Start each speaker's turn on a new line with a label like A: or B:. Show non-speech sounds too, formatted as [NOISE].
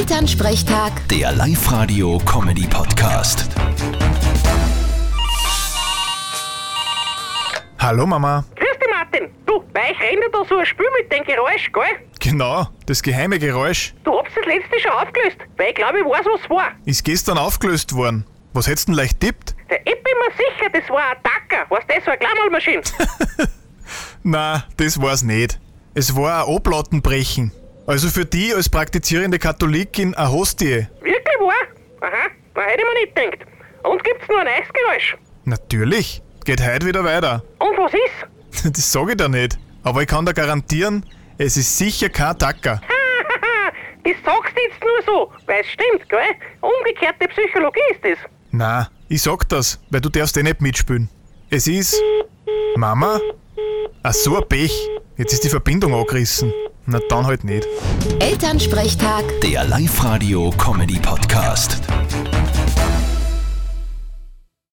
A: Elternsprechtag,
B: Der Live-Radio-Comedy-Podcast.
C: Hallo Mama.
D: Grüß dich, Martin. Du, weil ich renne da so ein Spiel mit dem Geräusch, gell?
C: Genau, das geheime Geräusch
D: Du hab's das letzte schon aufgelöst, weil ich glaube, ich weiß, was war.
C: ist gestern aufgelöst worden. Was hättest du denn leicht tippt?
D: Ja, Ich bin mir sicher, das war ein Dacker. Was das, so eine Klammermaschine.
C: Na, das war's nicht. Es war ein Oblautenbrechen. Also für die als praktizierende Katholikin eine Hostie.
D: Wirklich wahr? Aha, da hätte ich mir nicht gedacht. Und gibt's noch ein neues Geräusch?
C: Natürlich, geht heute wieder weiter. [LAUGHS]
D: Und was ist? [LAUGHS]
C: Das sage ich dir nicht. Aber ich kann dir garantieren, es ist sicher kein Tacker.
D: Hahaha, das sagst du jetzt nur so, weil es stimmt, gell? Umgekehrte Psychologie ist das.
C: Na, ich sag das, weil du darfst eh nicht mitspielen. Es ist. Mama? Ach so, ein Pech. Jetzt ist die Verbindung angerissen. Na dann halt nicht.
A: Elternsprechtag.
B: Der Live-Radio-Comedy-Podcast.